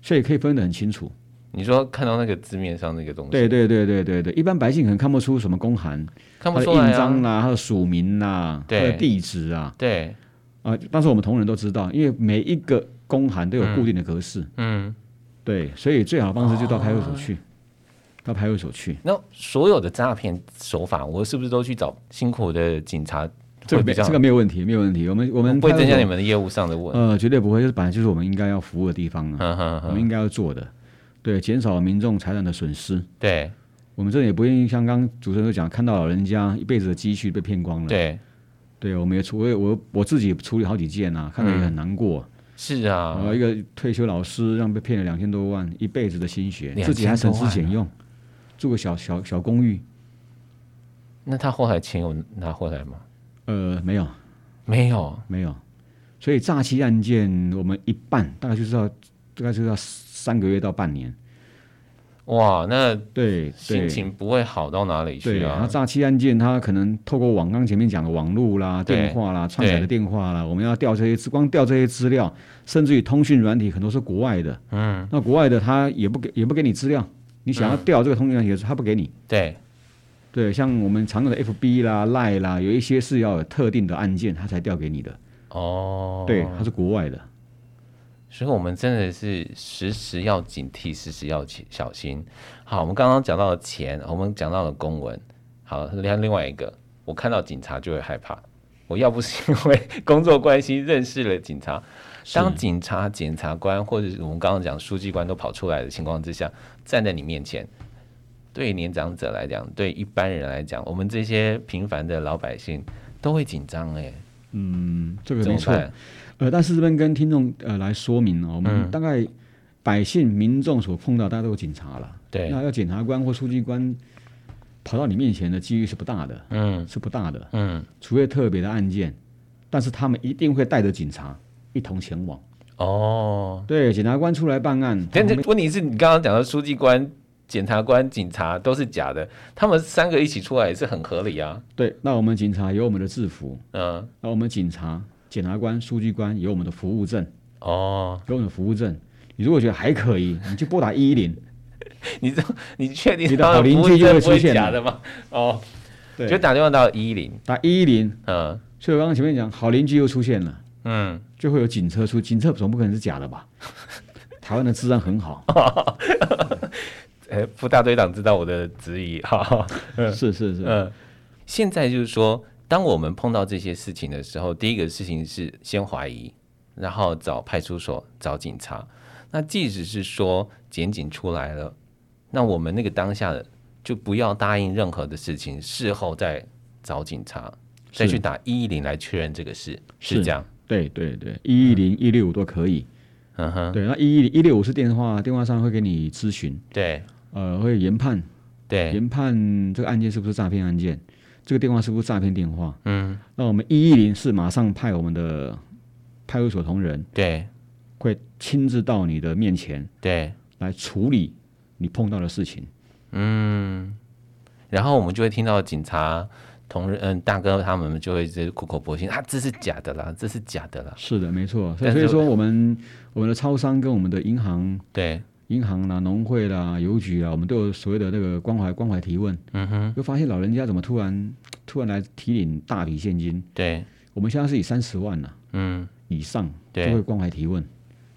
Speaker 1: 所以可以分得很清楚。
Speaker 2: 你说看到那个字面上那个东西，
Speaker 1: 对对对对对对，一般百姓可能看不出什么公函，
Speaker 2: 看
Speaker 1: 它
Speaker 2: 不
Speaker 1: 的
Speaker 2: 出来
Speaker 1: 印
Speaker 2: 啊。
Speaker 1: 章啦、它的署名啦、它
Speaker 2: 对
Speaker 1: 的地址啊
Speaker 2: 对，
Speaker 1: 啊，但是我们同仁都知道，因为每一个公函都有固定的格式，
Speaker 2: 嗯，哦
Speaker 1: 对，所以最好的方式就到派出所去，到派出所去。
Speaker 2: 那所有的诈骗手法，我是不是都去找辛苦的警察
Speaker 1: 这
Speaker 2: 会
Speaker 1: 个
Speaker 2: 比
Speaker 1: 没
Speaker 2: 较？
Speaker 1: 这个没有问题，没有问题。我们我们
Speaker 2: 不会增加你
Speaker 1: 们
Speaker 2: 们的业务上的问题。
Speaker 1: 呃，绝对不会，就是本来就是我们应该要服务的地方啊，
Speaker 2: 嗯哼
Speaker 1: 我们
Speaker 2: 哼，
Speaker 1: 应该要做的，对，减少民众财产的损失。
Speaker 2: 对
Speaker 1: 我们这也不愿意像刚刚主持人都讲，看到老人家一辈子的积蓄被骗光了。
Speaker 2: 对，
Speaker 1: 对，我们也处，我也我我自己处理好几件啊，看着也很难过。
Speaker 2: 是嗯啊
Speaker 1: 然，后一个退休老师让被骗了两千多万，一辈子的心血，
Speaker 2: 2000
Speaker 1: 自己还省
Speaker 2: 啊
Speaker 1: 吃俭用，住个小小小公寓，
Speaker 2: 那他后来钱有拿回来吗？
Speaker 1: 呃，没有
Speaker 2: 没有，
Speaker 1: 没有。所以诈欺案件，我们一半大概就是要大概就是要三个月到半年。
Speaker 2: 哇，那
Speaker 1: 对
Speaker 2: 心
Speaker 1: 对
Speaker 2: 情不会好到哪里去
Speaker 1: 对，然后
Speaker 2: 啊。
Speaker 1: 诈欺案件，它可能透过网刚前面讲的网络啦、
Speaker 2: 对
Speaker 1: 电话啦、串起来的
Speaker 2: 对
Speaker 1: 电话啦，我们要调这些资，光调这些资料，甚至于通讯软体很多是国外的，
Speaker 2: 嗯，
Speaker 1: 那国外的他也不给也不给你资料，你想要调这个通讯软体的时候，他不给你。
Speaker 2: 对，
Speaker 1: 对，像我们常用的 FB 啦、Line 啦，有一些是要有特定的案件，它才调给你的。
Speaker 2: 哦，
Speaker 1: 对，它是国外的。
Speaker 2: 所以我们真的是时时要警惕，时时要起小心。好，我们刚刚讲到了钱，我们讲到了公文，好，另另外一个，我看到警察就会害怕。我要不是因为工作关系认识了警察，当警察、检察官或者是我们刚刚讲书记官都跑出来的情况之下，站在你面前，对年长者来讲，对一般人来讲，我们这些平凡的老百姓都会紧张哎、
Speaker 1: 嗯，这个
Speaker 2: 怎
Speaker 1: 没
Speaker 2: 么
Speaker 1: 错。
Speaker 2: 办？
Speaker 1: 呃，但是这边跟听众呃来说明哦，我
Speaker 2: 嗯
Speaker 1: 们大概百姓民众所碰到，大家都有警察了。
Speaker 2: 对，
Speaker 1: 那要检察官或书记官跑到你面前的几率是不大的，
Speaker 2: 嗯
Speaker 1: 是不大的，
Speaker 2: 嗯，
Speaker 1: 除非特别的案件。但是他们一定会带着警察一同前往。
Speaker 2: 哦，
Speaker 1: 对，检察官出来办案，
Speaker 2: 但
Speaker 1: 他
Speaker 2: 是
Speaker 1: 们
Speaker 2: 问题是你刚刚讲的书记官、检察官、警察都是假的，他们三个一起出来也是很合理啊。
Speaker 1: 对，那我们警察有我们的制服，
Speaker 2: 嗯，
Speaker 1: 那我们警察、检察官、书记官有我们的服务证，
Speaker 2: 哦，
Speaker 1: 有我们的服务证。你如果觉得还可以，你就拨打一一 零。
Speaker 2: 你这你确定
Speaker 1: 你的
Speaker 2: 他
Speaker 1: 好
Speaker 2: 们
Speaker 1: 邻
Speaker 2: 不
Speaker 1: 居
Speaker 2: 会
Speaker 1: 就会
Speaker 2: 不会
Speaker 1: 出现
Speaker 2: 假
Speaker 1: 了
Speaker 2: 的吗？哦，就
Speaker 1: 对，
Speaker 2: 打电话到一零，
Speaker 1: 打一一零。
Speaker 2: 嗯
Speaker 1: 所以我刚刚前面讲，好邻居又出现了，
Speaker 2: 嗯，
Speaker 1: 就会有警车出，警车总不可能是假的吧？ 台湾的治安很好，
Speaker 2: 哎，副大队长知道我的质疑，哈哈，
Speaker 1: 是是是，
Speaker 2: 嗯，现在就是说，当我们碰到这些事情的时候，第一个事情是先怀疑，然后找派出所、找警察。那即使是说检警出来了，那我们那个当下的就不要答应任何的事情，事后再找警察，再
Speaker 1: 是
Speaker 2: 去打一一零来确认这个事，是
Speaker 1: 是
Speaker 2: 这样。
Speaker 1: 对对对，一一零、一六五都可以。
Speaker 2: 嗯哼，
Speaker 1: 对，那一一一六五是电话，电话上会给你咨询，
Speaker 2: 对
Speaker 1: 呃，会研判
Speaker 2: 对，
Speaker 1: 研判这个案件是不是诈骗案件，这个电话是不是诈骗电话。
Speaker 2: 嗯
Speaker 1: 那我们一一零是马上派我们的派出所同仁
Speaker 2: 对
Speaker 1: 会亲自到你的面前
Speaker 2: 对，
Speaker 1: 来处理你碰到的事情。
Speaker 2: 然后我们就会听到警察同仁嗯大哥他们就会一直苦口婆心啊，这是假的啦，这是假的啦，
Speaker 1: 是的，没错。所
Speaker 2: 但
Speaker 1: 以
Speaker 2: 是
Speaker 1: 所以说，我们我们的超商跟我们的银行、
Speaker 2: 对，
Speaker 1: 银行啦、农会啦、邮局啦，我们都有所谓的那个关怀关怀提问。
Speaker 2: 嗯哼，
Speaker 1: 就发现老人家怎么突然突然来提领大笔现金？
Speaker 2: 对，
Speaker 1: 我们现在是以三十万呐、
Speaker 2: 嗯，
Speaker 1: 以上就
Speaker 2: 对
Speaker 1: 会关怀提问，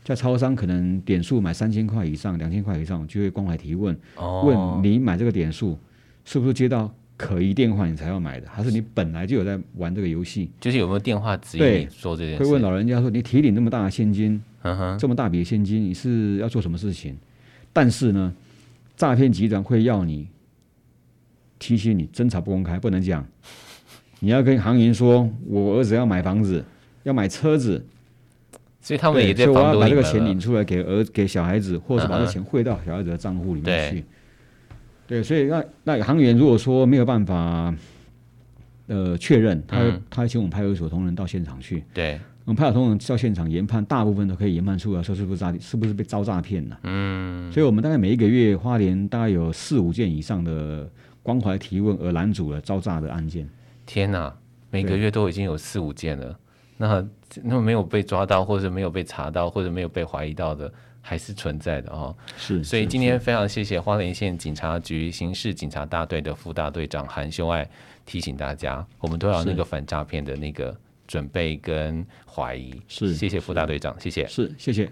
Speaker 1: 在超商可能点数买三千块以上、两千块以上就会关怀提问，
Speaker 2: 哦，
Speaker 1: 问你买这个点数是不是接到可疑电话你才要买的，还是你本来就有在玩这个游戏？
Speaker 2: 就是有没有电话指引
Speaker 1: 对
Speaker 2: 你说这件
Speaker 1: 会问啊
Speaker 2: 事？
Speaker 1: 老人家说：“你提领那么大的现金，
Speaker 2: 嗯哼，
Speaker 1: 这么大笔现金，你是要做什么事情？”但是呢，诈骗集团会要你提醒你，侦查不公开，不能讲。你要跟行银说，我儿子要买房子，要买车子，
Speaker 2: 所以他们也在
Speaker 1: 对所以我
Speaker 2: 防
Speaker 1: 要
Speaker 2: 堵
Speaker 1: 把
Speaker 2: 你
Speaker 1: 这
Speaker 2: 们
Speaker 1: 个钱
Speaker 2: 了
Speaker 1: 领。出来给儿给小孩子，或者把
Speaker 2: 嗯
Speaker 1: 这
Speaker 2: 嗯
Speaker 1: 钱汇到小孩子的账户里
Speaker 2: 对
Speaker 1: 面去。对，所以那那行员如果说没有办法，呃，确认，他、
Speaker 2: 嗯
Speaker 1: 他请我们派出所同仁到现场去，
Speaker 2: 对，
Speaker 1: 我们嗯派出所同仁到现场研判，大部分都可以研判出来说是不是诈是不是被遭诈骗了、嗯，所以我们大概每一个月花莲大概有四五件以上的关怀提问而拦阻了招诈的案件。
Speaker 2: 天哪，每个
Speaker 1: 对
Speaker 2: 月都已经有四五件了，那那没有被抓到，或者没有被查到，或者没有被怀疑到的，还是存在的哦。
Speaker 1: 是，
Speaker 2: 所以
Speaker 1: 是
Speaker 2: 今天非常谢谢花莲县警察局刑事警察大队的副大队长韩秀爱提醒大家，我们都要有那
Speaker 1: 是
Speaker 2: 个反诈骗的那个准备跟怀疑。
Speaker 1: 是
Speaker 2: 谢谢副大队长，谢谢。
Speaker 1: 是，谢谢。